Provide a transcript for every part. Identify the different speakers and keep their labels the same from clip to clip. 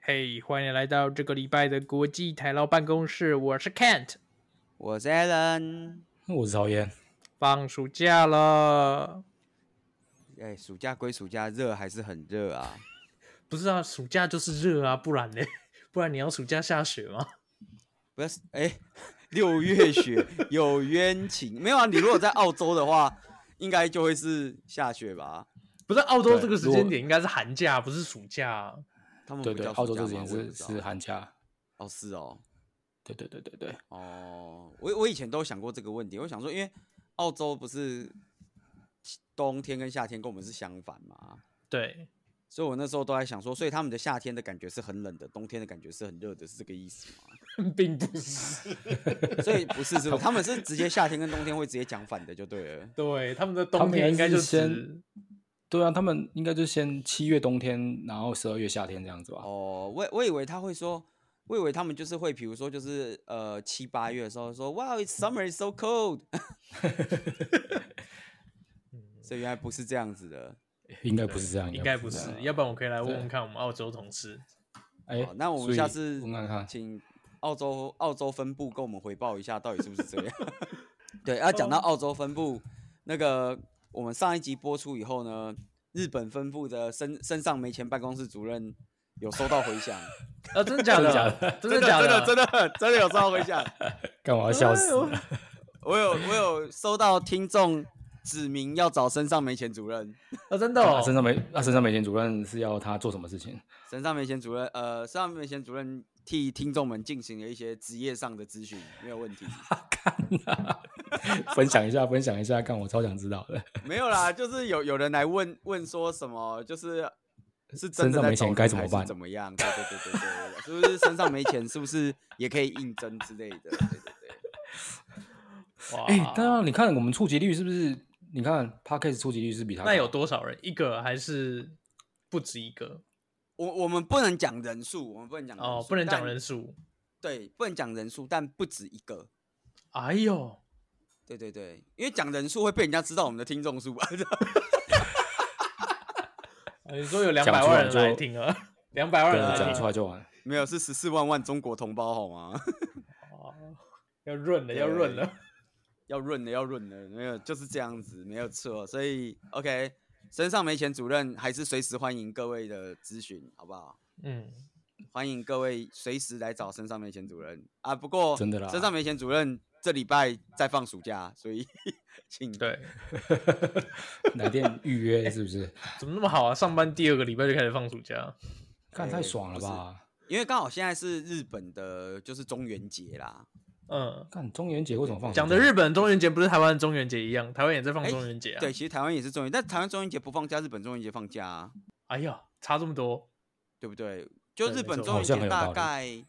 Speaker 1: 嘿欢迎来到这个礼拜的国际台劳办公室，我是 Kent。
Speaker 2: 我是 Alan。
Speaker 3: 我是曹岩，
Speaker 1: 放暑假了，
Speaker 2: 哎、暑假归暑假，热还是很热啊。
Speaker 1: 不是啊，暑假就是热啊，不然呢？不然你要暑假下雪吗？
Speaker 2: 不要，哎、 六月雪有冤情，没有啊？你如果在澳洲的话，应该就会是下雪吧？
Speaker 1: 不是，澳洲
Speaker 3: 对
Speaker 1: 这个时
Speaker 3: 如
Speaker 1: 间
Speaker 3: 果
Speaker 1: 点应该是寒假，不是暑假啊、
Speaker 2: 他们
Speaker 3: 对
Speaker 2: 不
Speaker 3: 对，
Speaker 2: 叫
Speaker 3: 澳
Speaker 2: 暑
Speaker 3: 洲
Speaker 2: 假
Speaker 3: 这
Speaker 2: 吗
Speaker 3: 边
Speaker 2: 我也
Speaker 3: 是
Speaker 2: 不知道
Speaker 3: 是寒假，
Speaker 2: 哦，是哦，
Speaker 3: 对对对对对，
Speaker 2: 哦，我我以前都有想过这个问题，我想说，因为澳洲不是冬天跟夏天跟我们是相反嘛，
Speaker 1: 对，
Speaker 2: 所以我那时候都在想说，所以他们的夏天的感觉是很冷的，冬天的感觉是很热的，是这个意思吗？
Speaker 1: 并不 是。
Speaker 2: 所以不是，是不是他们是直接夏天跟冬天会直接讲反的就对了。
Speaker 1: 对，他们的
Speaker 3: 他
Speaker 1: 冬
Speaker 3: 们
Speaker 1: 天应该就是
Speaker 3: 先，对啊，他们应该就先七月冬天，然后十二月夏天这样子吧。
Speaker 2: 哦，我我以为他会说，我以为他们就是会，比如说就是呃七八月的时候说，Wow，it's summer, it's so cold 。所以原来不是这样子的。
Speaker 3: 应该不是这样，
Speaker 1: 应该不是啊
Speaker 3: 这样，
Speaker 1: 要不然我可以来问问
Speaker 3: 对
Speaker 1: 看我们澳洲同 事。
Speaker 3: 哎
Speaker 2: 好，，那我
Speaker 3: 所
Speaker 2: 们
Speaker 3: 以
Speaker 2: 下次
Speaker 3: 问看看，
Speaker 2: 请澳洲澳洲分部跟我们回报一下，到底是不是这样？ 对，要、讲到澳洲分部，那个我们上一集播出以后呢，日本分部的身身上没钱办公室主任有收到回响，
Speaker 1: 啊，真的假
Speaker 3: 真的假
Speaker 1: 的？真的假
Speaker 2: 真的真
Speaker 1: 的？
Speaker 2: 的真的有收到回 响。
Speaker 3: 干嘛笑
Speaker 1: 哎
Speaker 3: 死了？
Speaker 2: 我有我有收到听众指明要找身上没钱主任，
Speaker 1: 啊，真的
Speaker 3: 他
Speaker 1: 哦。
Speaker 3: 身上没，他身上没钱，主任是要他做什么事情？
Speaker 2: 身上没钱主任，呃，身上没钱主任替听众们进行了一些职业上的咨询，没有问 题。
Speaker 3: 分享一下，分享一下，看我超想知道的，
Speaker 2: 没有啦，就是有有人来问问说什么，就是是真的
Speaker 3: 身上
Speaker 2: 在
Speaker 3: 没
Speaker 2: 找
Speaker 3: 钱
Speaker 2: 人
Speaker 3: 该怎么
Speaker 2: 还是
Speaker 3: 办
Speaker 2: 怎么样？对对对对对对，是不是身上没钱，是不是也可以应征之类的？对对对。
Speaker 1: 哇，
Speaker 2: 啊
Speaker 3: 哎，当然，你看我们触及率是不是？你看 p a c k a s 触及率是比他
Speaker 1: 那有
Speaker 3: 高
Speaker 1: 多少人？一个还是不止一个？
Speaker 2: 我我们不能讲人数，我们不能讲人
Speaker 1: 哦，
Speaker 2: 数
Speaker 1: 嗯不能讲
Speaker 2: 但
Speaker 1: 人数。
Speaker 2: 对，不能讲人数，但不止一个，
Speaker 1: 哎呦，
Speaker 2: 对对对，因为讲人数会被人家知道我们的听众数吧？
Speaker 1: 啊你说有两
Speaker 3: 讲
Speaker 1: 百
Speaker 3: 出
Speaker 1: 万
Speaker 3: 来
Speaker 1: 人来
Speaker 3: 就
Speaker 1: 听啊？ 两百万
Speaker 3: 对
Speaker 1: 人来
Speaker 3: 讲
Speaker 1: 听
Speaker 3: 出，来就完。
Speaker 2: 没有，是十四万万中国同胞好吗？
Speaker 1: 哦要润了，要润了。
Speaker 2: 要润的，要润的，没有，就是这样子，没有错。所以，OK，身上没钱，主任还是随时欢迎各位的咨询，好不好？
Speaker 1: 嗯，
Speaker 2: 欢迎各位随时来找身上没钱主任啊！不过
Speaker 3: 真的啦
Speaker 2: 身上没钱主任这礼拜在放暑假，所以 请
Speaker 1: 对，
Speaker 3: 哪天预约是不 是？
Speaker 1: 怎么那么好啊？上班第二个礼拜就开始放暑假，
Speaker 3: 看
Speaker 2: 哎
Speaker 3: 太爽了
Speaker 2: 不是
Speaker 3: 吧！
Speaker 2: 因为刚好现在是日本的，就是中元节啦。
Speaker 1: 嗯，
Speaker 3: 看中元节为什么放暑假？
Speaker 1: 讲的日本中元节不是台湾的中元节一样，台湾也在放
Speaker 2: 哎
Speaker 1: 中元节啊。
Speaker 2: 对，，其实台湾也是中元，但台湾中元节不放假，日本中元节放假、啊。
Speaker 1: 哎呀，差这么多，
Speaker 2: 对不对？就
Speaker 1: 对
Speaker 2: 日
Speaker 1: 没
Speaker 2: 本
Speaker 1: 错
Speaker 2: 中
Speaker 3: 好
Speaker 2: 元
Speaker 3: 像
Speaker 2: 节
Speaker 3: 很有道
Speaker 2: 大
Speaker 3: 理
Speaker 2: 概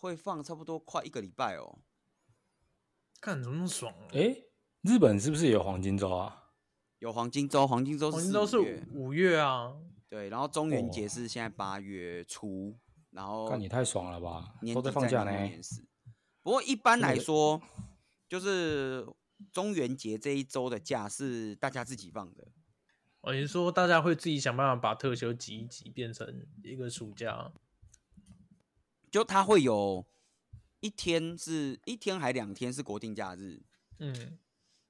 Speaker 2: 会放差不多快一个礼拜哦。
Speaker 1: 看怎么那么爽啊？
Speaker 3: 哎，日本是不是也有黄金周啊？
Speaker 2: 有黄金周，黄金周
Speaker 1: 黄
Speaker 2: 是
Speaker 1: 金周是
Speaker 2: 四五月
Speaker 1: 五月啊，
Speaker 2: 对，然后中元节
Speaker 3: 哦
Speaker 2: 是现在八月初，然后
Speaker 3: 看你太爽了吧！
Speaker 2: 哦年
Speaker 3: 都
Speaker 2: 底
Speaker 3: 在放假
Speaker 2: 农
Speaker 3: 呢
Speaker 2: 历，年时不过一般
Speaker 3: 真的
Speaker 2: 来说，就是中元节这一周的假是大家自己放的，
Speaker 1: 哦，你是说大家会自己想办法把特休挤一挤，变成一个暑假？
Speaker 2: 就它会有一天是一天还两天是国定假日，
Speaker 1: 嗯，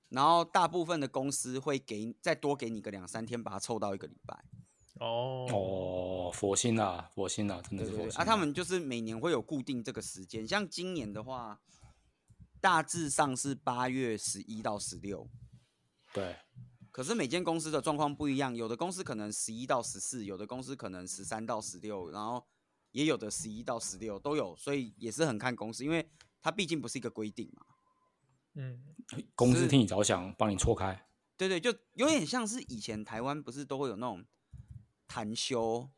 Speaker 2: 然后大部分的公司会给再多给你个两三天，把它凑到一个礼拜。
Speaker 1: 哦，
Speaker 3: 哦，佛心啊，佛心啊，真的
Speaker 2: 对
Speaker 3: 是
Speaker 2: 对
Speaker 3: 佛
Speaker 2: 对，
Speaker 3: 心
Speaker 2: 啊，他们就是每年会有固定这个时间，像今年的话，大致上是八月十一到十六，
Speaker 3: 对
Speaker 2: 可是每间公司的状况不一样，有的公司可能十一到十四，有的公司可能十三到十六，然后也有的十一到十六都有，所以也是很看公司，因为它毕竟不是一个规定嘛。
Speaker 1: 嗯，
Speaker 3: 公司
Speaker 2: 是
Speaker 3: 替你着想，帮你错开。
Speaker 2: 对对，就有点像是以前台湾不是都会有那种谈休，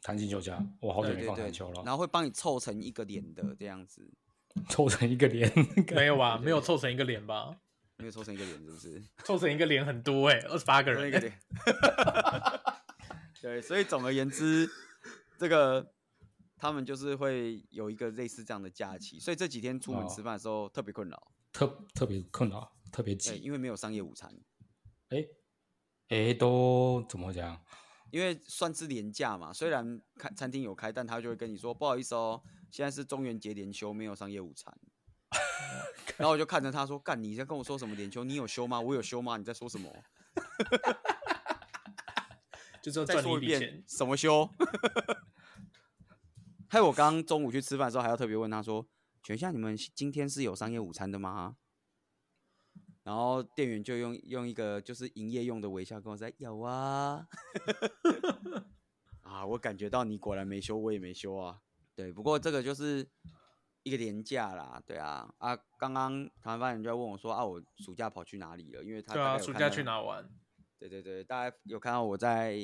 Speaker 3: 弹性休假，我好久
Speaker 2: 对
Speaker 3: 没
Speaker 2: 对
Speaker 3: 放
Speaker 2: 对
Speaker 3: 弹球，
Speaker 2: 然
Speaker 3: 了，
Speaker 2: 后会帮你凑成一个脸的这样子，
Speaker 3: 凑成一 个脸。
Speaker 1: 没有吧？没有凑成一个脸吧？
Speaker 2: 没有凑成一个脸是不 是？
Speaker 1: 凑成一个脸很多哎、二十八个
Speaker 2: 那
Speaker 1: 人、
Speaker 2: 个点。 对，所以总而言之，这个他们就是会有一个类似这样的假期，所以这几天出门
Speaker 3: 哦
Speaker 2: 吃饭的时候特别困扰，
Speaker 3: 特特别困扰，特别
Speaker 2: 对，
Speaker 3: 挤。
Speaker 2: 因为没有商业午餐。
Speaker 3: 哎哎，都怎么讲？
Speaker 2: 因为算是廉价嘛，虽然开餐厅有开，但他就会跟你说不好意思哦，现在是中元节连休，没有商业午 餐。然后我就看着他说：“干，你在跟我说什么连休？你有休吗？我有休吗？你在说什么？
Speaker 1: 就是要
Speaker 2: 再
Speaker 1: 赚你
Speaker 2: 说
Speaker 1: 一
Speaker 2: 一
Speaker 1: 笔
Speaker 2: 遍
Speaker 1: 钱。
Speaker 2: 什么 休？”害我刚刚中午去吃饭的时候，还要特别问他说：“请问一下，你们今天是有商业午餐的吗？” 然后店员就用用一个就是营业用的微笑跟我说：“有啊。” 啊，我感觉到你果然没休，我也没休啊。对，不过这个就是一个廉价啦，对啊啊！刚刚台湾人就在问我说啊，我暑假跑去哪里了？因为他
Speaker 1: 对
Speaker 2: 大
Speaker 1: 啊，
Speaker 2: 概有
Speaker 1: 暑
Speaker 2: 看
Speaker 1: 假
Speaker 2: 到
Speaker 1: 去？哪玩？
Speaker 2: 对对对，大家有看到我在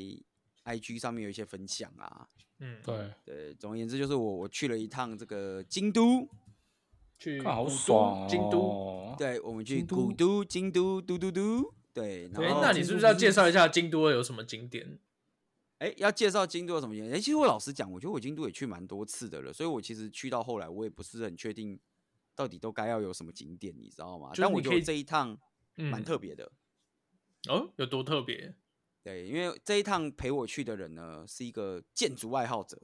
Speaker 2: IG 上面有一些分享啊。
Speaker 1: 嗯，
Speaker 3: 对，
Speaker 2: 对，总而言之就是我我去了一趟这个京都，
Speaker 1: 去
Speaker 3: 看好
Speaker 1: 古都
Speaker 3: 爽哦，
Speaker 1: 京都。
Speaker 2: 对我们去
Speaker 3: 京都
Speaker 2: 古都京都嘟嘟嘟，对，
Speaker 1: 哎、
Speaker 2: 然后
Speaker 1: 那你是不是要介绍一下京都有什么景点？
Speaker 2: 哎，要介绍京都有什么景点？哎，其实我老实讲，我觉得我京都也去蛮多次的了，所以我其实去到后来，我也不是很确定到底都该要有什么景点，你知道吗？
Speaker 1: 就是
Speaker 2: 但我
Speaker 1: 你
Speaker 2: 觉
Speaker 1: 可
Speaker 2: 得
Speaker 1: 以
Speaker 2: 这一趟蛮
Speaker 1: 嗯
Speaker 2: 特别的，
Speaker 1: 哦，有多特别？
Speaker 2: 对，因为这一趟陪我去的人呢是一个建筑爱好者，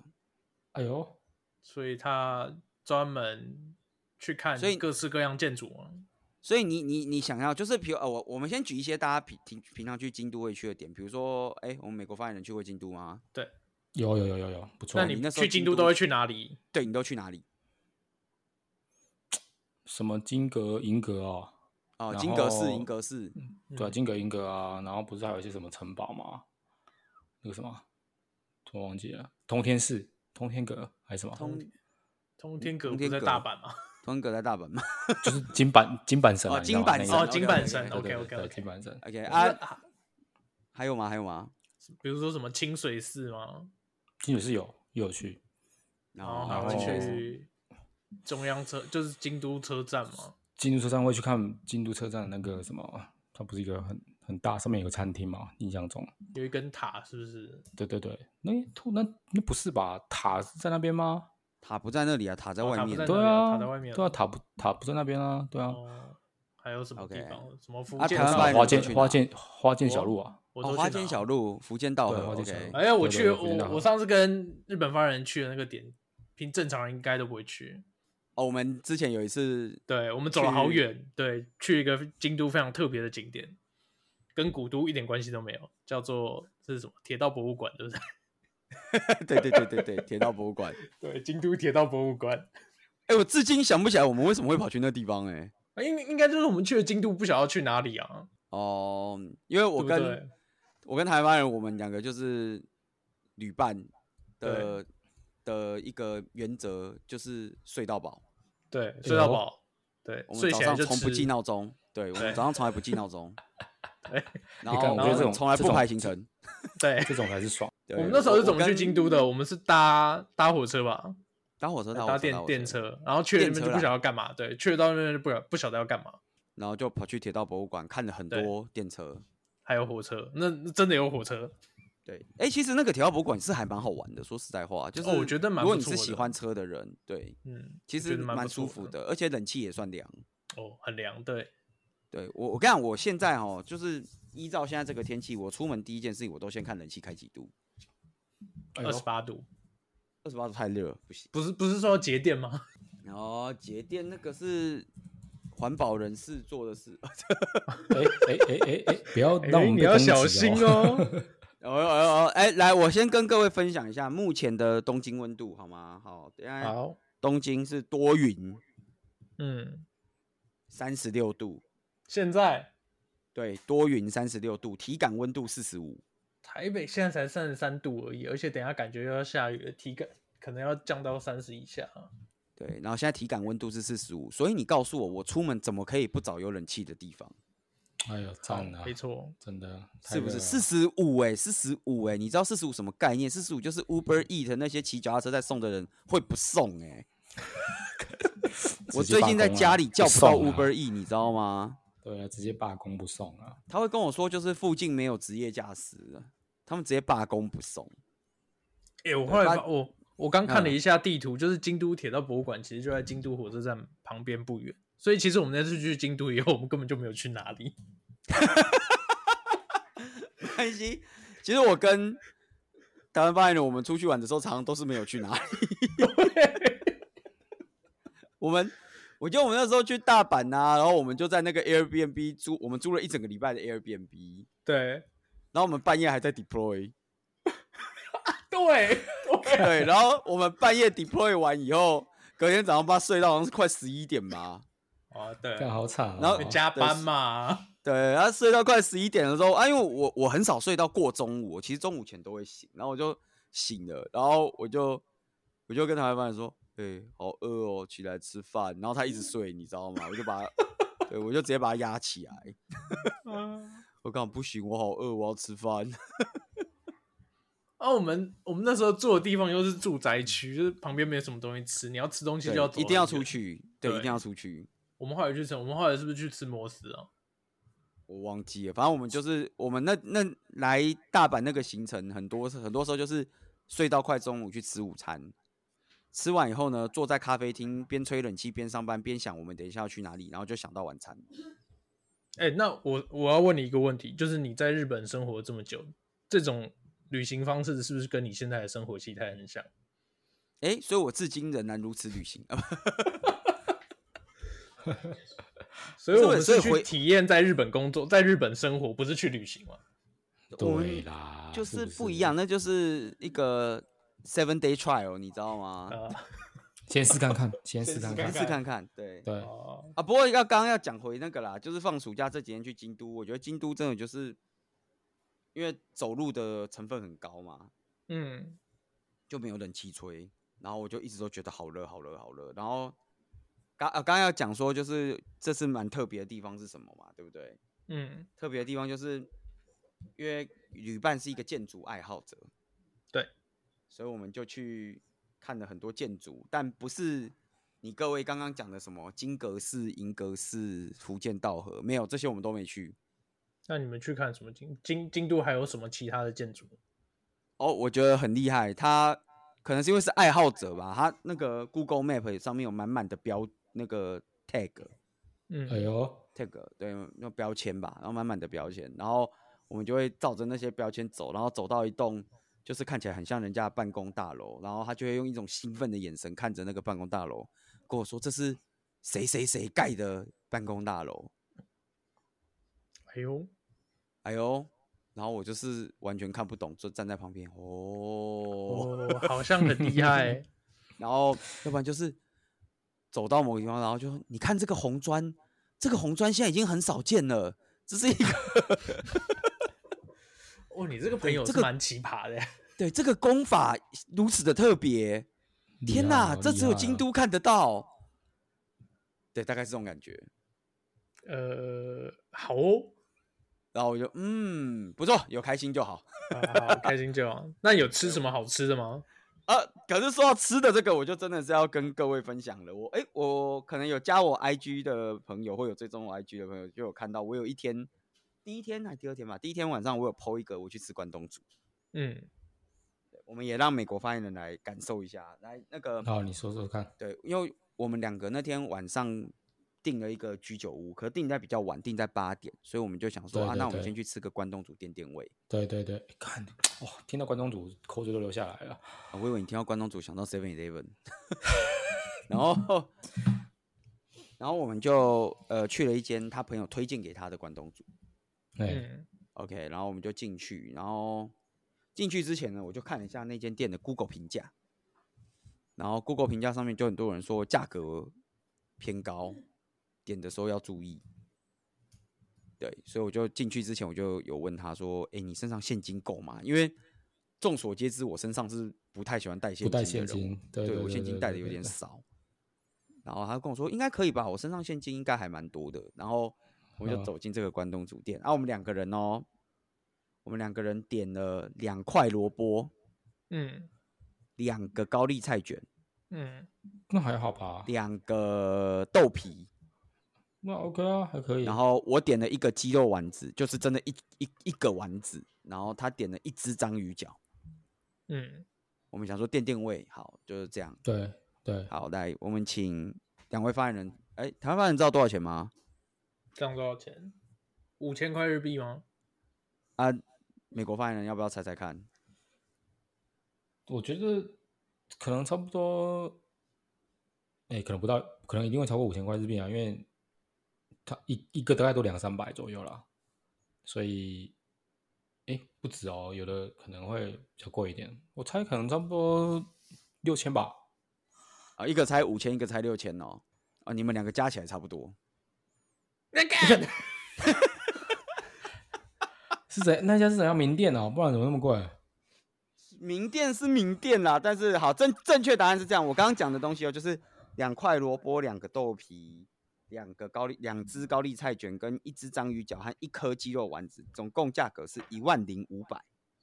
Speaker 3: 哎呦，
Speaker 1: 所以他专门去看
Speaker 2: 所以
Speaker 1: 各式各样建筑啊。
Speaker 2: 所以你你你想要就是比如呃，我我们先举一些大家平平平常去京都会去的点，比如说，哎，我们美国发言人去过京都吗？
Speaker 3: 有有有有有，不错。
Speaker 1: 那
Speaker 2: 你
Speaker 1: 你
Speaker 2: 那时候
Speaker 1: 去
Speaker 2: 京
Speaker 1: 京都
Speaker 2: 都
Speaker 1: 都会去哪里？
Speaker 2: 对你都去哪里？
Speaker 3: 什么金阁、银阁哦？
Speaker 2: 哦，
Speaker 3: 然
Speaker 2: 金阁寺、银
Speaker 3: 后
Speaker 2: 阁寺，
Speaker 3: 对
Speaker 1: 嗯
Speaker 3: 啊，金阁、银阁啊，然后不是还有一些什么城堡吗？那个什么，突然忘记了，通天寺、通天阁还是什么？
Speaker 2: 通
Speaker 1: 通天阁
Speaker 2: 通
Speaker 1: 不
Speaker 2: 天
Speaker 1: 是在
Speaker 2: 阁
Speaker 1: 大阪吗？
Speaker 2: 通阁在大阪吗
Speaker 3: 就是金板金板神啊
Speaker 2: 哦
Speaker 3: 你知道
Speaker 2: 金
Speaker 3: 吗
Speaker 2: 板神
Speaker 3: 那个
Speaker 1: 哦金板神
Speaker 3: 对对对
Speaker 1: OK，OK，
Speaker 3: 对
Speaker 1: OK
Speaker 3: 金板神。
Speaker 2: ？OK
Speaker 1: 我觉得
Speaker 2: 啊，
Speaker 1: 啊，
Speaker 2: 还有吗？还有吗？
Speaker 1: 比如说什么清水寺吗？
Speaker 3: 金水是有也有去，
Speaker 1: 然
Speaker 2: 然
Speaker 1: 后
Speaker 2: 后
Speaker 1: 哦还会
Speaker 3: 然后
Speaker 1: 去中央车，就是京都车站嘛。
Speaker 3: 京都车站会去看京都车站的那个什么，它不是一个很很大，上面有个餐厅嘛？印象中，
Speaker 1: 有一根塔，是不是？
Speaker 3: 对对对，那那那不是吧？塔是在那边吗？
Speaker 2: 塔不在那里啊，塔在
Speaker 1: 哦
Speaker 2: 外
Speaker 1: 塔不
Speaker 2: 面
Speaker 1: 在。那
Speaker 3: 对
Speaker 1: 边
Speaker 3: 啊，
Speaker 1: 塔在外面
Speaker 3: 对啊，塔不塔不在那边啊，对啊，
Speaker 1: 哦，还有什么地
Speaker 2: OK
Speaker 1: 方什么福
Speaker 2: 啊
Speaker 1: 建
Speaker 2: 台湾
Speaker 1: 岛
Speaker 2: 发言人
Speaker 3: 花
Speaker 2: 都去
Speaker 3: 见花
Speaker 2: 哪
Speaker 3: 见花见小路啊，
Speaker 1: 我
Speaker 2: 哦，
Speaker 1: 都
Speaker 2: 花
Speaker 1: 去
Speaker 2: 间
Speaker 1: 哪
Speaker 2: 小路、福建道
Speaker 3: 对
Speaker 2: 河
Speaker 3: 花间小
Speaker 2: OK，
Speaker 3: 路
Speaker 1: 哎呀，我
Speaker 3: 对对
Speaker 1: 去，
Speaker 3: 对
Speaker 1: 我
Speaker 3: 福建岛
Speaker 1: 我上次跟日本发言人去的那个点，平正常人应该都不会去。
Speaker 2: 哦，我们之前有一次，
Speaker 1: 对我们走了好
Speaker 2: 去
Speaker 1: 远，对，去一个京都非常特别的景点，跟古都一点关系都没有，叫做这是什么铁道博物馆，对不 对？
Speaker 2: 对对对对对，铁道博物馆。
Speaker 1: 对，京都铁道博物馆，
Speaker 2: 哎，我至今想不起来我们为什么会跑去那地方哎。
Speaker 1: 啊应应该就是我们去了京都，不晓得要去哪里啊？
Speaker 2: 哦，因为我
Speaker 1: 对不
Speaker 2: 跟
Speaker 1: 对
Speaker 2: 我跟台湾人，我们两个就是旅伴的的一个原则就是睡到饱，
Speaker 1: 对睡到饱，对，
Speaker 2: 哎我们
Speaker 1: 睡
Speaker 2: 早
Speaker 1: 起来
Speaker 2: 上
Speaker 1: 就
Speaker 2: 从不
Speaker 1: 吃
Speaker 2: 记，闹钟，对我们
Speaker 1: 对哎
Speaker 2: 早上从来不记 闹钟，
Speaker 1: 对
Speaker 2: 然
Speaker 3: 你看
Speaker 2: 后
Speaker 3: 我
Speaker 1: 觉得这
Speaker 2: 我们
Speaker 3: 种
Speaker 2: 从来
Speaker 3: 这
Speaker 2: 不
Speaker 3: 种
Speaker 2: 排行程。
Speaker 1: 对。
Speaker 3: 这种才是爽。
Speaker 2: 对
Speaker 1: 我们那时候是怎么去
Speaker 2: 跟
Speaker 1: 京都的？我们是搭搭火车吧，
Speaker 2: 搭火车，搭火
Speaker 1: 搭
Speaker 2: 车
Speaker 1: 电电，
Speaker 2: 搭火
Speaker 1: 车，然后去了那
Speaker 2: 电
Speaker 1: 边就
Speaker 2: 车
Speaker 1: 不
Speaker 2: 啦
Speaker 1: 晓得要干嘛，对，去了到那边就不晓不晓得要干嘛，
Speaker 2: 然后就跑去铁道博物馆看了很
Speaker 1: 对
Speaker 2: 多电车。
Speaker 1: 还有火车，那那真的有火车，
Speaker 2: 对，哎、其实那个铁道博物馆是还蛮好玩的。说实在话，就是、
Speaker 1: 哦我觉得蛮
Speaker 2: 如果
Speaker 1: 不
Speaker 2: 你是
Speaker 1: 错
Speaker 2: 喜
Speaker 1: 的
Speaker 2: 欢车的人，对，
Speaker 1: 嗯，
Speaker 2: 其
Speaker 1: 我觉
Speaker 2: 实
Speaker 1: 得蛮不
Speaker 2: 舒
Speaker 1: 错
Speaker 2: 服
Speaker 1: 的
Speaker 2: 的，而且冷气也算凉。
Speaker 1: 哦，很凉，对，
Speaker 2: 对我，我跟你讲，我现在哦，就是依照现在这个天气，我出门第一件事情我都先看冷气开几度，
Speaker 1: 二
Speaker 3: 哎呦
Speaker 1: 十八度，
Speaker 2: 二十八度太热了，不行。
Speaker 1: 不是不是说要节电 吗？
Speaker 2: 然后哦节电那个是环保人士做的事，
Speaker 3: 哎哎哎哎哎，不要让我们
Speaker 1: 你
Speaker 3: 被
Speaker 1: 要
Speaker 3: 攻击
Speaker 1: 小心
Speaker 3: 哦。
Speaker 1: 哦。
Speaker 2: 哦哦哦，哎、来，我先跟各位分享一下目前的东京温度好吗？好，等一下
Speaker 1: 好，
Speaker 2: 东京是多云，
Speaker 1: 嗯，
Speaker 2: 三十六度，
Speaker 1: 现在
Speaker 2: 对，多云三十六度，体感温度四十五。
Speaker 1: 台北现在才三十三度而已，而且等一下感觉又要下雨了，体感可能要降到三十以下。
Speaker 2: 对，然后现在体感温度是四十五，所以你告诉我，我出门怎么可以不找有冷气的地方？
Speaker 3: 哎呦，赞啊
Speaker 1: 没，错，
Speaker 3: 真的，
Speaker 2: 是不是四
Speaker 3: 是
Speaker 2: 十五？哎，四十五哎，你知道四十五什么概念？四十五就是 Uber Eat 那些骑脚踏车在送的人会不送哎、 我
Speaker 3: 直接
Speaker 2: 最近
Speaker 3: 罢
Speaker 2: 在
Speaker 3: 工啊
Speaker 2: 家里
Speaker 3: 不
Speaker 2: 叫不到
Speaker 3: 送啊
Speaker 2: Uber E，你知道吗？
Speaker 3: 对啊，直接罢工不送啊。
Speaker 2: 他会跟我说，就是附近没有职业驾驶了，他们直接罢工不送。
Speaker 1: 哎、我后来
Speaker 2: 它
Speaker 1: 发我我刚看了
Speaker 2: 嗯
Speaker 1: 一下地图，就是京都铁道博物馆其实就在京都火车站旁边不远，所以其实我们那次去京都以后，我们根本就没有去 哪里。
Speaker 2: 没关系，其实我跟台湾发言人，我们出去玩的时候，常常都是没有去哪里。我们，我记得我们那时候去大阪呐、然后我们就在那个 Airbnb 租，我们租了一整个礼拜的 Airbnb，
Speaker 1: 对
Speaker 2: 然后我们半夜还在 deploy，
Speaker 1: 对，
Speaker 2: 对，然后我们半夜 deploy 完以后，隔天早上八睡到好像是快十一点吧，
Speaker 1: 啊对，
Speaker 3: 干好惨啊！
Speaker 2: 然后
Speaker 1: 会加班嘛，
Speaker 2: 对，然后睡到快十一点的时候，啊，因为我我很少睡到过中午，我其实中午前都会醒，然后我就醒了，然后我就我就跟台湾饭说，哎、好饿哦，起来吃饭，然后他一直睡，你知道吗？我就把他，对我就直接把他压起来，
Speaker 1: 嗯。
Speaker 2: 我讲不行，我好饿，我要吃饭，
Speaker 1: 啊，我们我们那时候住的地方又是住宅区，就是旁边没有什么东西吃，你要吃东西
Speaker 2: 对
Speaker 1: 就要走
Speaker 2: 一定要
Speaker 1: 很
Speaker 2: 出
Speaker 1: 远。
Speaker 2: 去，对，一
Speaker 1: 对
Speaker 2: 定要出去。
Speaker 1: 我们后来去吃，我们后来是不是去吃摩斯啊？
Speaker 2: 我忘记了，反正我们就是我们那那来大阪那个行程，很多很多时候就是睡到快中午去吃午餐，吃完以后呢，坐在咖啡厅边吹冷气边上班边想我们等一下要去哪里，然后就想到晚餐。
Speaker 1: 哎、那我我要问你一个问题，就是你在日本生活这么久，这种旅行方式是不是跟你现在的生活形态很像？
Speaker 2: 哎、所以我至今仍然如此旅行。啊
Speaker 1: 所以
Speaker 2: 所以
Speaker 1: 我们
Speaker 2: 所以
Speaker 1: 是去
Speaker 2: 回
Speaker 1: 体验在日本工作，在日本生活，不是去旅行嘛？
Speaker 2: 我
Speaker 3: 对
Speaker 2: 们
Speaker 3: 啦，
Speaker 2: 就是是
Speaker 3: 不
Speaker 2: 不一样，。那就是一个 seven day trial，你知道吗？
Speaker 1: 啊、
Speaker 3: 先试看看，先试
Speaker 1: 先
Speaker 3: 看
Speaker 1: 试看。
Speaker 3: 看
Speaker 2: 试看看，对。
Speaker 3: 对，
Speaker 1: 哦
Speaker 2: 啊，不过要刚刚要讲回那个啦，就是放暑假这几天去京都，我觉得京都真的就是因为走路的成分很高嘛，
Speaker 1: 嗯，
Speaker 2: 就没有冷气吹，然后我就一直都觉得好热好热好热。然后刚啊刚刚要讲说，就是这次蛮特别的地方是什么嘛，对不对？
Speaker 1: 嗯，
Speaker 2: 特别的地方就是因为旅伴是一个建筑爱好者，
Speaker 1: 对，
Speaker 2: 所以我们就去看了很多建筑，但不是你各位刚刚讲的什么金阁寺、银阁寺、福建道河，没有这些我们都没去。
Speaker 1: 那你们去看什么京京京都还有什么其他的建筑？
Speaker 2: 哦，我觉得很厉害，他可能是因为是爱好者吧，他那个 Google Map 上面有满满的标那个 tag
Speaker 1: 嗯，
Speaker 3: 哎呦，
Speaker 2: tag 对，那标签吧，然后满满的标签，然后我们就会照着那些标签走，然后走到一栋就是看起来很像人家的办公大楼，然后他就会用一种兴奋的眼神看着那个办公大楼，跟我说这是谁谁谁盖的办公大楼，
Speaker 1: 哎呦，
Speaker 2: 哎呦，然后我就是完全看不懂，就站在旁边，哦
Speaker 1: 哦，好像很厉 害，
Speaker 2: 然后要不然就是走到某个地方，然后就说你看这个红砖，这个红砖现在已经很少见了，这是一个
Speaker 1: 哇，你这个朋友
Speaker 2: 哦这
Speaker 1: 是
Speaker 2: 个
Speaker 1: 蛮奇葩 的。
Speaker 2: 对这个功法如此的特别，
Speaker 3: 厉
Speaker 2: 天
Speaker 3: 害
Speaker 2: 哪，
Speaker 3: 哦
Speaker 2: 这
Speaker 3: 厉
Speaker 2: 只有
Speaker 3: 害
Speaker 2: 京
Speaker 3: 哦
Speaker 2: 都看得到。对，大概是这种感觉。
Speaker 1: 呃，好哦，
Speaker 2: 然后我就嗯，不错，有开心就好。
Speaker 1: 啊、好开心就 好。那有吃什么好吃的吗？
Speaker 2: 啊，可是说到吃的这个，我就真的是要跟各位分享了。我哎、我可能有加我 IG 的朋友，或有追踪我 IG 的朋友，就有看到我有一天，第一天还是第二天吧，第一天晚上我有 PO 一个我去吃关东煮。
Speaker 1: 嗯，
Speaker 2: 我们也让美国发言人来感受一下，来那个
Speaker 3: 好，你说说看。
Speaker 2: 对，因为我们两个那天晚上订了一个居酒屋，可是订在比较晚，订在八点，所以我们就想说
Speaker 3: 对
Speaker 2: 啊，
Speaker 3: 对
Speaker 2: 那我们
Speaker 3: 对
Speaker 2: 先去吃个关东煮垫垫胃。
Speaker 3: 对对对，看哇，听到关东煮口水都流下来了。
Speaker 2: 啊我以为你听到关东煮想到 Seven Eleven，然后然后我们就呃去了一间他朋友推荐给他的关东煮
Speaker 3: 哎，
Speaker 1: 嗯，
Speaker 2: ，OK，然后我们就进去，然后进去之前呢，我就看了一下那间店的 Google 评价，然后 Google 评价上面就很多人说价格偏高，点的时候要注意。对，所以我就进去之前我就有问他说：“哎、你身上现金够吗？”因为众所皆知，我身上是不太喜欢带现
Speaker 3: 不带
Speaker 2: 金
Speaker 3: 现
Speaker 2: 的人，
Speaker 3: 金，对
Speaker 2: 对
Speaker 3: 对，
Speaker 2: 我现金带的有点
Speaker 3: 少。
Speaker 2: 少。然后他就跟我说应该可以吧，我身上现金应该还蛮多的。然后我们就
Speaker 3: 嗯
Speaker 2: 走进这个关东煮店，啊，我们两个人哦，我们两个人点了两块萝卜，
Speaker 1: 嗯
Speaker 2: 两个高丽菜卷，
Speaker 1: 嗯，
Speaker 3: 那还好吧？
Speaker 2: 两个豆皮，
Speaker 3: 那 OK 啊，还可以。
Speaker 2: 然后我点了一个鸡肉丸子，就是真的一一一个丸子，然后他点了一只章鱼脚。
Speaker 1: 嗯，
Speaker 2: 我们想说垫垫胃，好，就是这样。
Speaker 3: 对对，
Speaker 2: 好，来，我们请两位发言人，哎，台湾发言人知道多少钱吗？
Speaker 1: 这样多少钱？五千块日币吗？
Speaker 2: 啊，美国发言人要不要猜猜看？
Speaker 3: 我觉得可能差不多，哎、可能不到，可能一定会超过五千块日币啊，因为它一一个大概都两三百左右啦，所以，哎、不止哦，有的可能会比较贵一点，我猜可能差不多六千吧，
Speaker 2: 啊，一个才五千，一个才六千哦，啊，你们两个加起来差不多。
Speaker 3: 是怎那家是怎样名店哦，不然怎么那么贵？
Speaker 2: 名店是名店啦，但是好正正确答案是这样，我刚刚讲的东西哦，就是两块萝卜、两个豆皮、两个高丽、两只高丽菜卷跟一只章鱼脚和一颗鸡肉丸子，总共价格是一万零五百。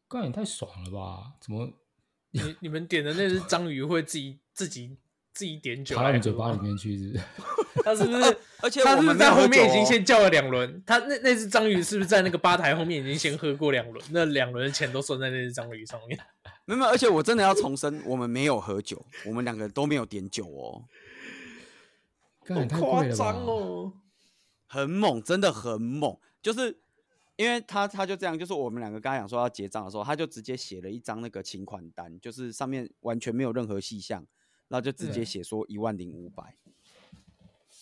Speaker 3: 干也太爽了吧？怎么
Speaker 1: 你你们点的那只章鱼会自己自己自己点酒
Speaker 3: 爬
Speaker 1: 来喝吗，
Speaker 3: 到你嘴巴里面去是不是？
Speaker 1: 他是不是？
Speaker 2: 而且
Speaker 1: 他
Speaker 2: 呃我
Speaker 1: 是不
Speaker 2: 们
Speaker 1: 是
Speaker 2: 没有
Speaker 1: 在
Speaker 2: 喝
Speaker 1: 后面
Speaker 2: 酒
Speaker 1: 已经
Speaker 2: 哦
Speaker 1: 先叫了两轮？他那那只章鱼是不是在那个吧台后面已经先喝过两轮？那两轮的钱都算在那只章鱼上 面。
Speaker 2: 没有，没有而且我真的要重申，我们没有喝酒，我们两个都没有点酒哦，
Speaker 3: 干哎也太贵了吧？
Speaker 1: 哦！
Speaker 2: 很猛，真的很猛。就是因为他他就这样，就是我们两个刚才讲说要结账的时候，他就直接写了一张那个请款单，就是上面完全没有任何细项，然后就直接
Speaker 1: 对
Speaker 2: 写说一万零五百。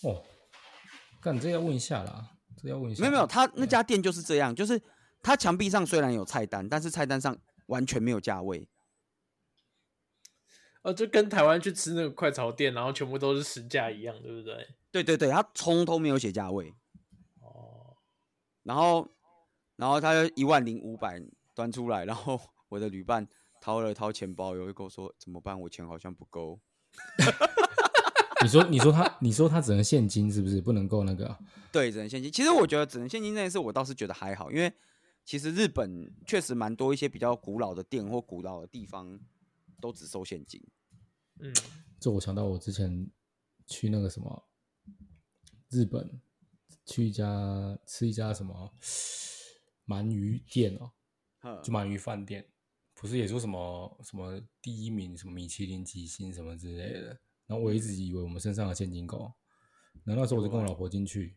Speaker 3: 哦，干这要问一下啦，这要问一下。
Speaker 2: 没有没有，他那家店就是这样，就是他墙壁上虽然有菜单，但是菜单上完全没有价位。
Speaker 1: 哦，就跟台湾去吃那个快炒店，然后全部都是实价一样，对不对？
Speaker 2: 对对对，他从头没有写价位。
Speaker 1: 哦，
Speaker 2: 然后，然后他就一万零五百端出来，然后我的旅伴掏了掏钱包，有一跟我说怎么办？我钱好像不够。
Speaker 3: 你说你说他你说他只能现金是不是？不能够那个啊
Speaker 2: 对，只能现金。其实我觉得只能现金这件事，我倒是觉得还好，因为其实日本确实蛮多一些比较古老的店或古老的地方都只收现金。
Speaker 1: 嗯，
Speaker 3: 这我想到我之前去那个什么日本，去一家吃一家什么鳗鱼店哦，
Speaker 2: 呵
Speaker 3: 就鳗鱼饭店，不是也说什么什么第一名什么米其林几星什么之类的。然后我一直以为我们身上有现金够，然后那时候我就跟
Speaker 1: 啊
Speaker 3: 我老婆进去，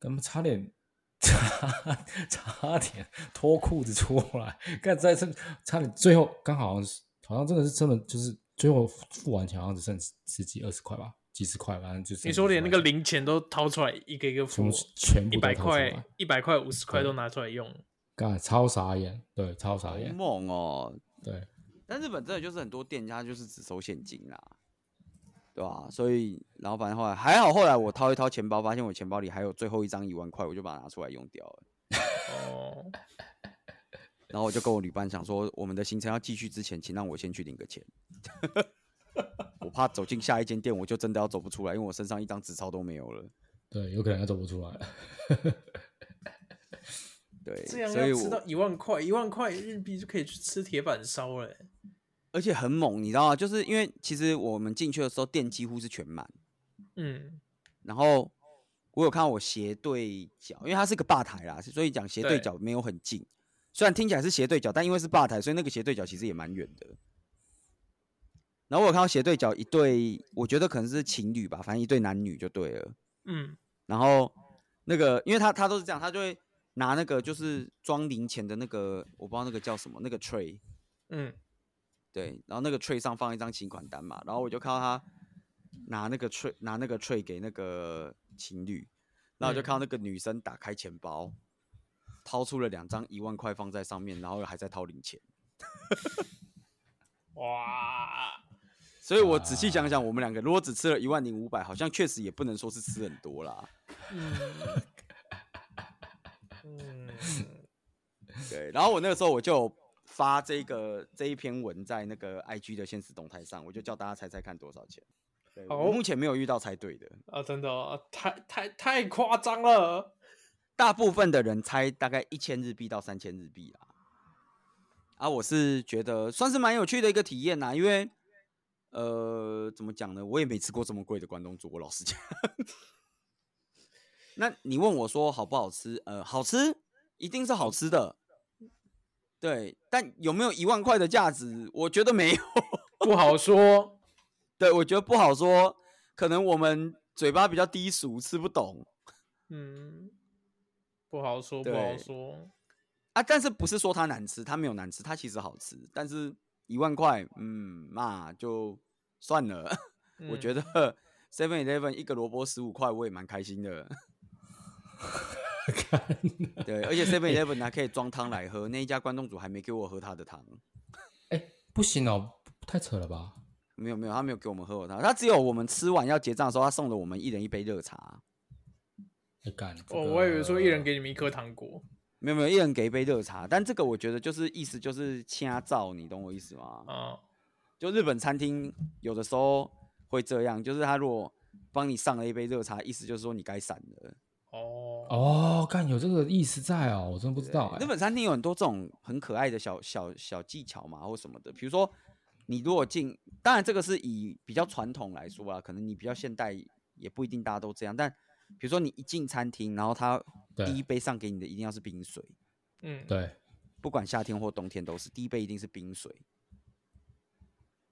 Speaker 3: 他们差点 差差点脱裤子出来，干在这差点最后刚好好像是好像真的是真的就是最后付完钱好像只剩十几二十块吧，几十块，反正就剩
Speaker 1: 你说连那
Speaker 3: 20
Speaker 1: 个
Speaker 3: 块
Speaker 1: 零钱都掏出来，一个一个付哦，
Speaker 3: 全部全
Speaker 1: 一
Speaker 3: 部都
Speaker 1: 百
Speaker 3: 掏出来
Speaker 1: 块、一百块、五十块
Speaker 3: 对
Speaker 1: 都拿出来用。
Speaker 3: 干超傻眼，对，超傻
Speaker 2: 好
Speaker 3: 眼，
Speaker 2: 猛哦！
Speaker 3: 对。
Speaker 2: 但日本真的就是很多店家就是只收现金啦，对吧、所以然后反正后来还好，后来我掏一掏钱包，发现我钱包里还有最后一张一万块，我就把它拿出来用掉了。
Speaker 1: 哦，
Speaker 2: 然后我就跟我旅伴想说，我们的行程要继续之前，请让我先去领个钱。 我怕走进下一间店，我就真的要走不出来，因为我身上一张纸钞都没有了。
Speaker 3: 对，有可能要走不出来了。
Speaker 2: 对，
Speaker 1: 这样
Speaker 2: 所以
Speaker 1: 要吃到
Speaker 2: 我
Speaker 1: 一万块，一万块日币就可以去吃铁板烧了欸。
Speaker 2: 而且很猛，你知道吗？就是因为其实我们进去的时候店几乎是全满，
Speaker 1: 嗯，
Speaker 2: 然后我有看到我斜对角，因为它是个吧台啦，所以讲斜对
Speaker 1: 对
Speaker 2: 角没有很近。虽然听起来是斜对角，但因为是吧台，所以那个斜对角其实也蛮远的。然后我有看到斜对角一对，我觉得可能是情侣吧，反正一对男女就对了。
Speaker 1: 嗯，
Speaker 2: 然后那个，因为他他都是这样，他就会拿那个就是装零钱的那个，我不知道那个叫什么，那个 tray，
Speaker 1: 嗯，
Speaker 2: 对，然后那个 tray 上放一张请款单嘛，然后我就看到他拿那个 tray 拿那个 tray 给那个情侣，然后我就
Speaker 1: 嗯
Speaker 2: 看到那个女生打开钱包，掏出了两张一万块放在上面，然后还在掏零钱，
Speaker 1: 哇，
Speaker 2: 所以我仔细想想，我们两个如果只吃了一万零五百，好像确实也不能说是吃很多啦。
Speaker 1: 嗯，嗯。
Speaker 2: 对，然后我那个时候我就有发这个这一篇文在那个 IG 的现实动态上，我就叫大家猜猜看多少钱。对，我
Speaker 1: 哦
Speaker 2: 目前没有遇到猜对的，
Speaker 1: 啊，真的、哦，太太太夸张了。
Speaker 2: 大部分的人猜大概一千日币到三千日币啦。啊，我是觉得算是蛮有趣的一个体验啦，因为呃，怎么讲呢，我也没吃过这么贵的关东煮，我老实讲。那你问我说好不好吃？呃，好吃，一定是好吃的。对，但有没有一万块的价值？我觉得没有。
Speaker 1: 不好 说。
Speaker 2: 对，我觉得不好说，可能我们嘴巴比较低俗，吃不懂
Speaker 1: 嗯，不好说，
Speaker 2: 对
Speaker 1: 不好说。
Speaker 2: 啊。但是不是说它难吃，它没有难吃，它其实好吃，但是一万块，嗯，那就算了。
Speaker 1: 嗯
Speaker 2: 我觉得 Seven Eleven 一个萝卜十五块，我也蛮开心的。
Speaker 3: 看，
Speaker 2: 对，而且 Seven Eleven 还可以装汤来喝，那一家关东煮还没给我喝他的汤，
Speaker 3: 不行哦，太扯了吧？
Speaker 2: 没有没有，他没有给我们喝我汤，他只有我们吃完要结账的时候，他送了我们一人一杯热茶。
Speaker 3: 哎干，这
Speaker 1: 哦，我还以为说一人
Speaker 3: 个
Speaker 1: 给你们一颗糖果，
Speaker 2: 没有没有，一人给一杯热茶，但这个我觉得就是意思就是掐照，你懂我意思吗？
Speaker 1: 啊，
Speaker 2: 就日本餐厅有的时候会这样，就是他如果帮你上了一杯热茶，意思就是说你该闪了。
Speaker 1: 哦，
Speaker 3: 哦，干有这个意思在哦，我真的不知道哎、
Speaker 2: 日本餐厅有很多这种很可爱的小小小技巧嘛，或什么的，比如说你如果进，当然这个是以比较传统来说啊，可能你比较现代也不一定大家都这样，但比如说你一进餐厅，然后他
Speaker 3: 对
Speaker 2: 第一杯上给你的一定要是冰水，
Speaker 1: 嗯，
Speaker 3: 对，
Speaker 2: 不管夏天或冬天都是，第一杯一定是冰水，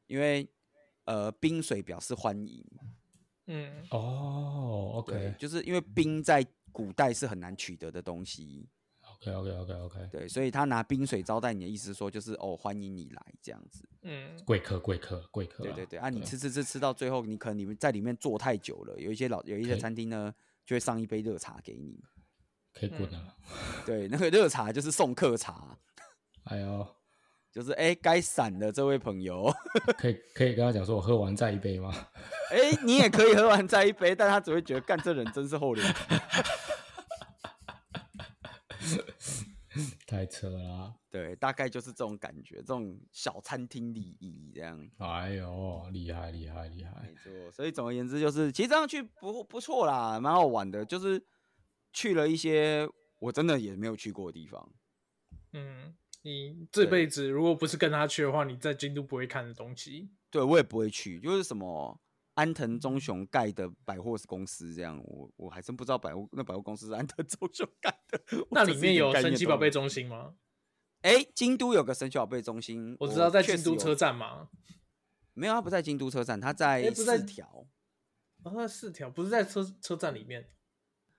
Speaker 2: 因为呃冰水表示欢迎，
Speaker 1: 嗯，
Speaker 3: 哦
Speaker 2: 对
Speaker 3: ，OK，
Speaker 2: 就是因为冰在古代是很难取得的东西，
Speaker 3: OK OK OK OK，
Speaker 2: 对，所以他拿冰水招待你的意思是说就是哦欢迎你来这样子，
Speaker 1: 嗯，
Speaker 3: 贵客贵客贵客啊，
Speaker 2: 对对对啊，你吃吃吃吃到最后，你可能你们在里面坐太久了，有一些老有一些
Speaker 3: 可以
Speaker 2: 餐厅呢就会上一杯热茶给你，
Speaker 3: 可以滚了，
Speaker 2: 对，那个热茶就是送客茶，
Speaker 3: 哎呦，
Speaker 2: 就是哎该散的这位朋友，
Speaker 3: 可以可以跟他讲说我喝完再一杯吗？
Speaker 2: 哎你也可以喝完再一杯，但他只会觉得干这人真是厚脸皮。
Speaker 3: 太扯了啊
Speaker 2: 对，大概就是这种感觉，这种小餐厅礼仪这样。
Speaker 3: 啊，哎呦，厉害厉害厉害
Speaker 2: 没，错，所以总而言之就是，其实这样去不不错啦，蛮好玩的，就是去了一些我真的也没有去过的地方。
Speaker 1: 嗯，你这辈子如果不是跟他去的话，你在京都不会看的东西，
Speaker 2: 对我也不会去，就是什么安藤忠雄盖的百货公司这样，我我还真不知道百货那百货公司是安藤忠雄盖的。我
Speaker 1: 那
Speaker 2: 真
Speaker 1: 里
Speaker 2: 是
Speaker 1: 面
Speaker 2: 一点
Speaker 1: 有
Speaker 2: 概
Speaker 1: 神
Speaker 2: 念
Speaker 1: 奇
Speaker 2: 都
Speaker 1: 宝贝
Speaker 2: 没
Speaker 1: 中心吗？
Speaker 2: 哎，京都有个神奇宝贝中心，
Speaker 1: 我知道在
Speaker 2: 确
Speaker 1: 京
Speaker 2: 实
Speaker 1: 都
Speaker 2: 有
Speaker 1: 车，站嘛，
Speaker 2: 没有，它不在京都车站，它在
Speaker 1: 诶不在
Speaker 2: 四条。
Speaker 1: 啊，四条不是在车车站里面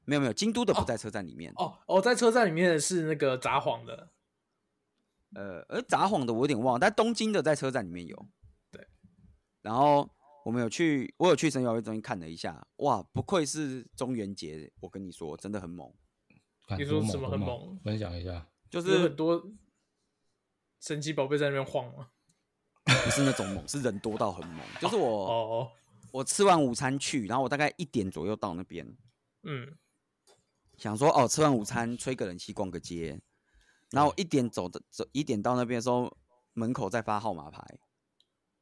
Speaker 2: 没有没有，京都的不在车站里面。
Speaker 1: 哦哦，在车站里面的是那个札幌的，
Speaker 2: 呃，而札幌的我有点忘了，但东京的在车站里面有。
Speaker 1: 对，
Speaker 2: 然后我们有去，我有去神奇宝贝中心看了一下，哇，不愧是中元节，我跟你说，真的很猛，
Speaker 3: 干
Speaker 1: 你说
Speaker 3: 多
Speaker 1: 什么
Speaker 3: 多
Speaker 1: 很
Speaker 3: 猛
Speaker 1: 猛？
Speaker 3: 分享一下，
Speaker 2: 就
Speaker 1: 有
Speaker 2: 是
Speaker 1: 很多神奇宝贝在那边晃嘛，
Speaker 2: 不是那种猛，是人多到很 猛。就是我、
Speaker 1: 哦，
Speaker 2: 我吃完午餐去，然后我大概一点左右到那边，
Speaker 1: 嗯
Speaker 2: 想说哦，吃完午餐吹个冷气，逛个街，然后我一点走的走一点到那边的时候，门口在发号码牌，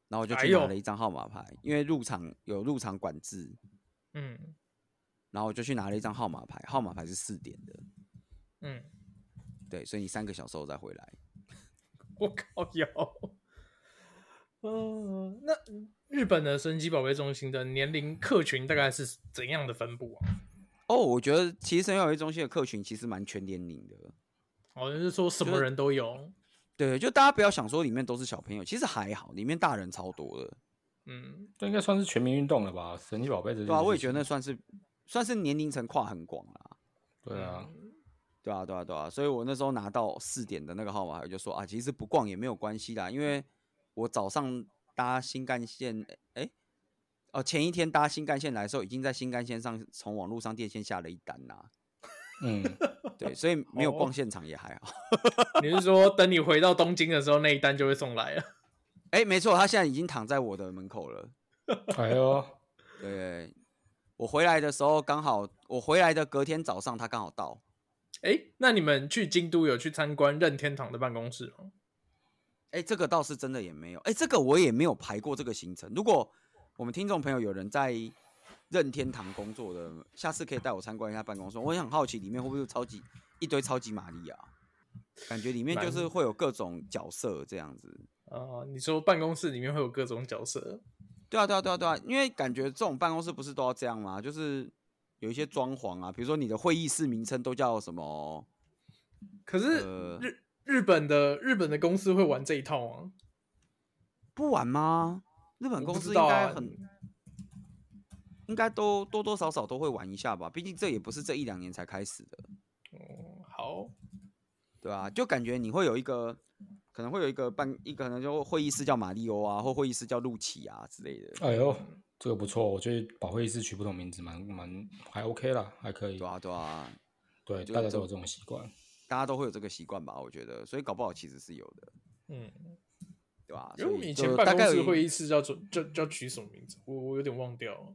Speaker 2: 然后我就
Speaker 1: 哎
Speaker 2: 去
Speaker 1: 呦
Speaker 2: 拿了一张号码牌，因为入场有入场管制。
Speaker 1: 嗯
Speaker 2: 然后我就去拿了一张号码牌，号码牌是四点的，
Speaker 1: 嗯，
Speaker 2: 对，所以你三个小时后再回来。
Speaker 1: 我靠有，嗯、那日本的神奇宝贝中心的年龄客群大概是怎样的分布啊？
Speaker 2: 哦，我觉得其实神友谊中心的客群其实蛮全年龄的，
Speaker 1: 好哦像是说什么人都有，
Speaker 2: 对，就大家不要想说里面都是小朋友，其实还好，里面大人超多的，
Speaker 1: 嗯
Speaker 3: 这应该算是全民运动了吧？神奇宝贝这
Speaker 2: 对啊，
Speaker 3: 件
Speaker 2: 我也
Speaker 3: 事
Speaker 2: 觉得那
Speaker 3: 情
Speaker 2: 算是算是年龄层跨很广啦，
Speaker 3: 对啊，
Speaker 1: 嗯
Speaker 2: 对啊，对啊，对啊，所以我那时候拿到四点的那个号码牌，我就说啊，其实不逛也没有关系啦，因为我早上搭新干线，哎，哦，前一天搭新干线来的时候，已经在新干线上从网络商店先下了一单啦，
Speaker 3: 嗯，
Speaker 2: 对，所以没有
Speaker 1: 哦
Speaker 2: 逛现场也还好。
Speaker 1: 你是说等你回到东京的时候那一单就会送来了？
Speaker 2: 哎、没错，他现在已经躺在我的门口了。
Speaker 3: 哎呦，
Speaker 2: 对，我回来的时候刚好，我回来的隔天早上他刚好到。
Speaker 1: 哎，那你们去京都有去参观任天堂的办公室吗？
Speaker 2: 哎、这个倒是真的也没有。哎、这个我也没有排过这个行程。如果我们听众朋友有人在任天堂工作的，下次可以带我参观一下办公室。我也很好奇里面会不会有超级一堆超级玛丽啊？感觉里面就
Speaker 1: 蛮
Speaker 2: 是会有各种角色这样子。
Speaker 1: 啊、你说办公室里面会有各种角色，
Speaker 2: 对啊，对啊，对啊，对啊，因为感觉这种办公室不是都要这样吗？就是有一些装潢啊，比如说你的会议室名称都叫什么？
Speaker 1: 可是日、
Speaker 2: 呃
Speaker 1: 日本的日本的公司会玩这一套吗？
Speaker 2: 不玩吗？日本
Speaker 1: 我
Speaker 2: 公
Speaker 1: 不
Speaker 2: 司
Speaker 1: 知
Speaker 2: 应
Speaker 1: 道
Speaker 2: 该
Speaker 1: 啊
Speaker 2: 很，应该都多多少少都会玩一下吧，毕竟这也不是这一两年才开始的，啊
Speaker 1: 嗯，好，
Speaker 2: 对吧、就感觉你会有一个可能会有一个办一个可能就会议室叫马里欧啊，或会议室叫陆奇啊之类的，
Speaker 3: 哎呦，这个不错，我觉得把会议室取不同名字蛮蛮还 OK 啦，还可以
Speaker 2: 对。啊对啊，
Speaker 3: 对，
Speaker 2: 就
Speaker 3: 大家
Speaker 2: 这
Speaker 3: 都有这种习惯。
Speaker 2: 大家都会有这个习惯吧，我觉得，所以搞不好其实是有的，
Speaker 1: 嗯，
Speaker 2: 对
Speaker 3: 啊
Speaker 2: 吧、
Speaker 1: 因
Speaker 2: 所
Speaker 1: 为我们以前
Speaker 2: 就
Speaker 1: 办
Speaker 2: 大概
Speaker 1: 公
Speaker 2: 有
Speaker 1: 室
Speaker 2: 一
Speaker 1: 会议室叫做叫叫取什么名字，我我有点忘掉了，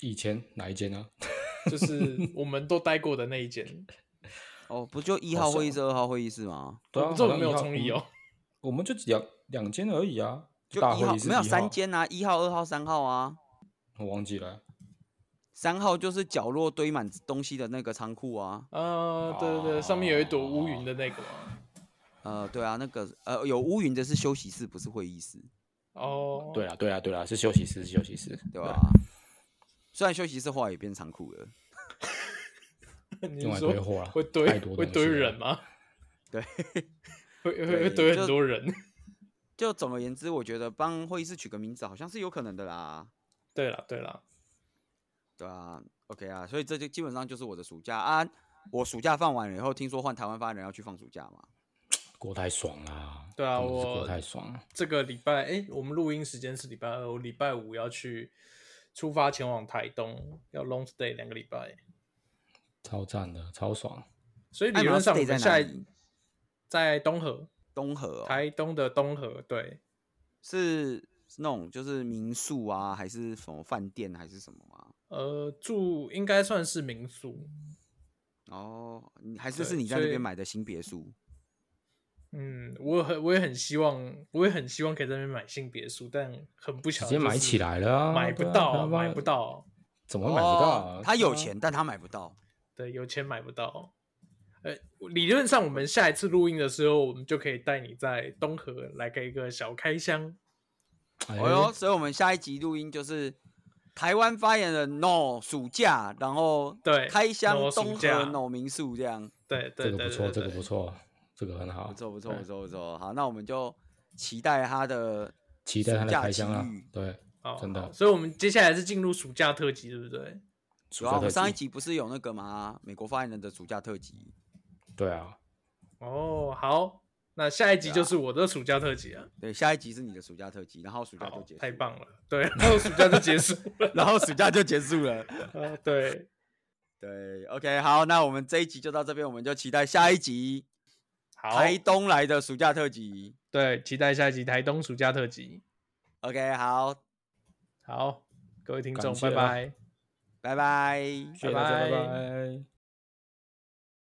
Speaker 3: 以前哪一间啊？
Speaker 1: 就是 我们都待过的那一间，
Speaker 2: 哦，不就一号会议室、二号会议室吗？
Speaker 3: 对啊，
Speaker 1: 我不知道
Speaker 3: 好像
Speaker 1: 有没有
Speaker 3: 一号
Speaker 1: 创意哦。
Speaker 3: 我们就两两间而已啊，
Speaker 2: 就
Speaker 3: 大
Speaker 2: 一
Speaker 3: 会
Speaker 2: 号
Speaker 3: 议室
Speaker 2: 没有
Speaker 3: 一
Speaker 2: 三
Speaker 3: 号，
Speaker 2: 间啊，一号、二号、三号啊。
Speaker 3: 我忘记了。
Speaker 2: 三号就是角落堆满东西的那个仓库啊，
Speaker 3: 嗯
Speaker 1: 啊，对对对，上面有一朵乌云的那个嘛。
Speaker 2: 呃，对啊，那个呃有乌云的是休息室，不是会议室，
Speaker 1: 哦，
Speaker 3: 对啊，对啊，对啊，是休息室，是休息室，
Speaker 2: 对啊吧、虽然休息室后来也变仓库了，
Speaker 1: 你是
Speaker 3: 用来
Speaker 1: 说
Speaker 3: 堆货啦
Speaker 1: 会
Speaker 3: 太
Speaker 1: 堆
Speaker 3: 多
Speaker 1: 会
Speaker 3: 东
Speaker 1: 堆
Speaker 3: 西了啊
Speaker 1: 人吗？
Speaker 2: 对，
Speaker 1: 会会会
Speaker 2: 对
Speaker 1: 堆
Speaker 2: 就
Speaker 1: 很多人。
Speaker 2: 就总而言之，我觉得帮会议室取个名字好像是有可能的啦，
Speaker 1: 对了对了，
Speaker 2: 对啊，OK 啊，所以这就基本上就是我的暑假啊。我暑假放完了以后，听说换台湾发言人要去放暑假嘛，
Speaker 3: 过太爽啦。
Speaker 1: 对啊
Speaker 3: 真的是
Speaker 1: 我
Speaker 3: 过太爽了。
Speaker 1: 这个礼拜哎，我们录音时间是礼拜二，我礼拜五要去出发前往台东，要 long stay 两个礼拜，
Speaker 3: 超赞的，超爽。
Speaker 1: 所以
Speaker 2: 哎
Speaker 1: 理
Speaker 2: 你要
Speaker 1: 论上我
Speaker 2: stay 在
Speaker 1: 们
Speaker 2: 哪
Speaker 1: 下一
Speaker 2: 里
Speaker 1: 在东河，
Speaker 2: 东河、哦、
Speaker 1: 台东的东河，对，
Speaker 2: 是那种就是民宿啊，还是什么饭店还是什么吗？
Speaker 1: 呃，住应该算是民宿，
Speaker 2: 哦，你还是是
Speaker 1: 对
Speaker 2: 你在那
Speaker 1: 所以
Speaker 2: 边买的新别墅？
Speaker 1: 嗯，我很我也很希望，我也很希望可以在那边买新别墅，但很不巧
Speaker 3: 直接买起来了啊
Speaker 1: 买不
Speaker 3: 对啊
Speaker 1: 到
Speaker 3: 对
Speaker 1: 啊，
Speaker 3: 啊
Speaker 1: 买不到啊，
Speaker 3: 怎么会买不到啊、
Speaker 2: 哦他有
Speaker 3: 对啊
Speaker 2: 钱，但他买不到。
Speaker 1: 对，有钱买不到。呃，理论上我们下一次录音的时候，我们就可以带你在东河来个一个小开箱。
Speaker 3: 哎
Speaker 2: 哦哟，所以我们下一集录音就是台湾发言人 no 暑假，然后
Speaker 1: 对
Speaker 2: 开箱
Speaker 1: no 暑
Speaker 2: 东河
Speaker 1: 假
Speaker 2: no 民宿这样，
Speaker 1: 对对对
Speaker 3: 这个
Speaker 1: 对
Speaker 3: 不错，
Speaker 1: 对
Speaker 3: 这个
Speaker 1: 对
Speaker 3: 不错，这个很好
Speaker 2: 不，错不错
Speaker 3: 对
Speaker 2: 不错不错。好，那我们就期待他的
Speaker 3: 期待他
Speaker 2: 暑
Speaker 3: 的
Speaker 2: 假
Speaker 3: 开箱啊
Speaker 2: 奇遇。
Speaker 3: 对，
Speaker 1: 好
Speaker 3: 真的
Speaker 1: 好所以我们接下来是进入暑假特辑，对不对？
Speaker 3: 暑
Speaker 2: 有啊，
Speaker 3: 假
Speaker 2: 我们
Speaker 3: 特
Speaker 2: 上一
Speaker 3: 辑
Speaker 2: 集不是有那个吗？美国发言人的暑假特辑。
Speaker 3: 对啊，
Speaker 1: 哦，好，那下一集就是我的暑假特辑啊。
Speaker 2: 对，下一集是你的暑假特辑，然后暑假就
Speaker 1: 好
Speaker 2: 结，束，。
Speaker 1: 太棒，了，对， 然后暑假就结束了
Speaker 2: 然后暑假就结束了。
Speaker 1: 啊，对，
Speaker 2: 对，OK，好，那我们这一集就到这边，我们就期待下一集
Speaker 1: 好，
Speaker 2: 台东来的暑假特辑。
Speaker 1: 对，期待下一集台东暑假特辑。
Speaker 2: OK，好，
Speaker 1: 好，各位听
Speaker 3: 感
Speaker 1: 众，
Speaker 3: 谢
Speaker 1: 拜
Speaker 3: 啊
Speaker 1: 拜。
Speaker 2: 拜拜。
Speaker 3: 谢谢大家，
Speaker 1: 拜拜
Speaker 3: 拜拜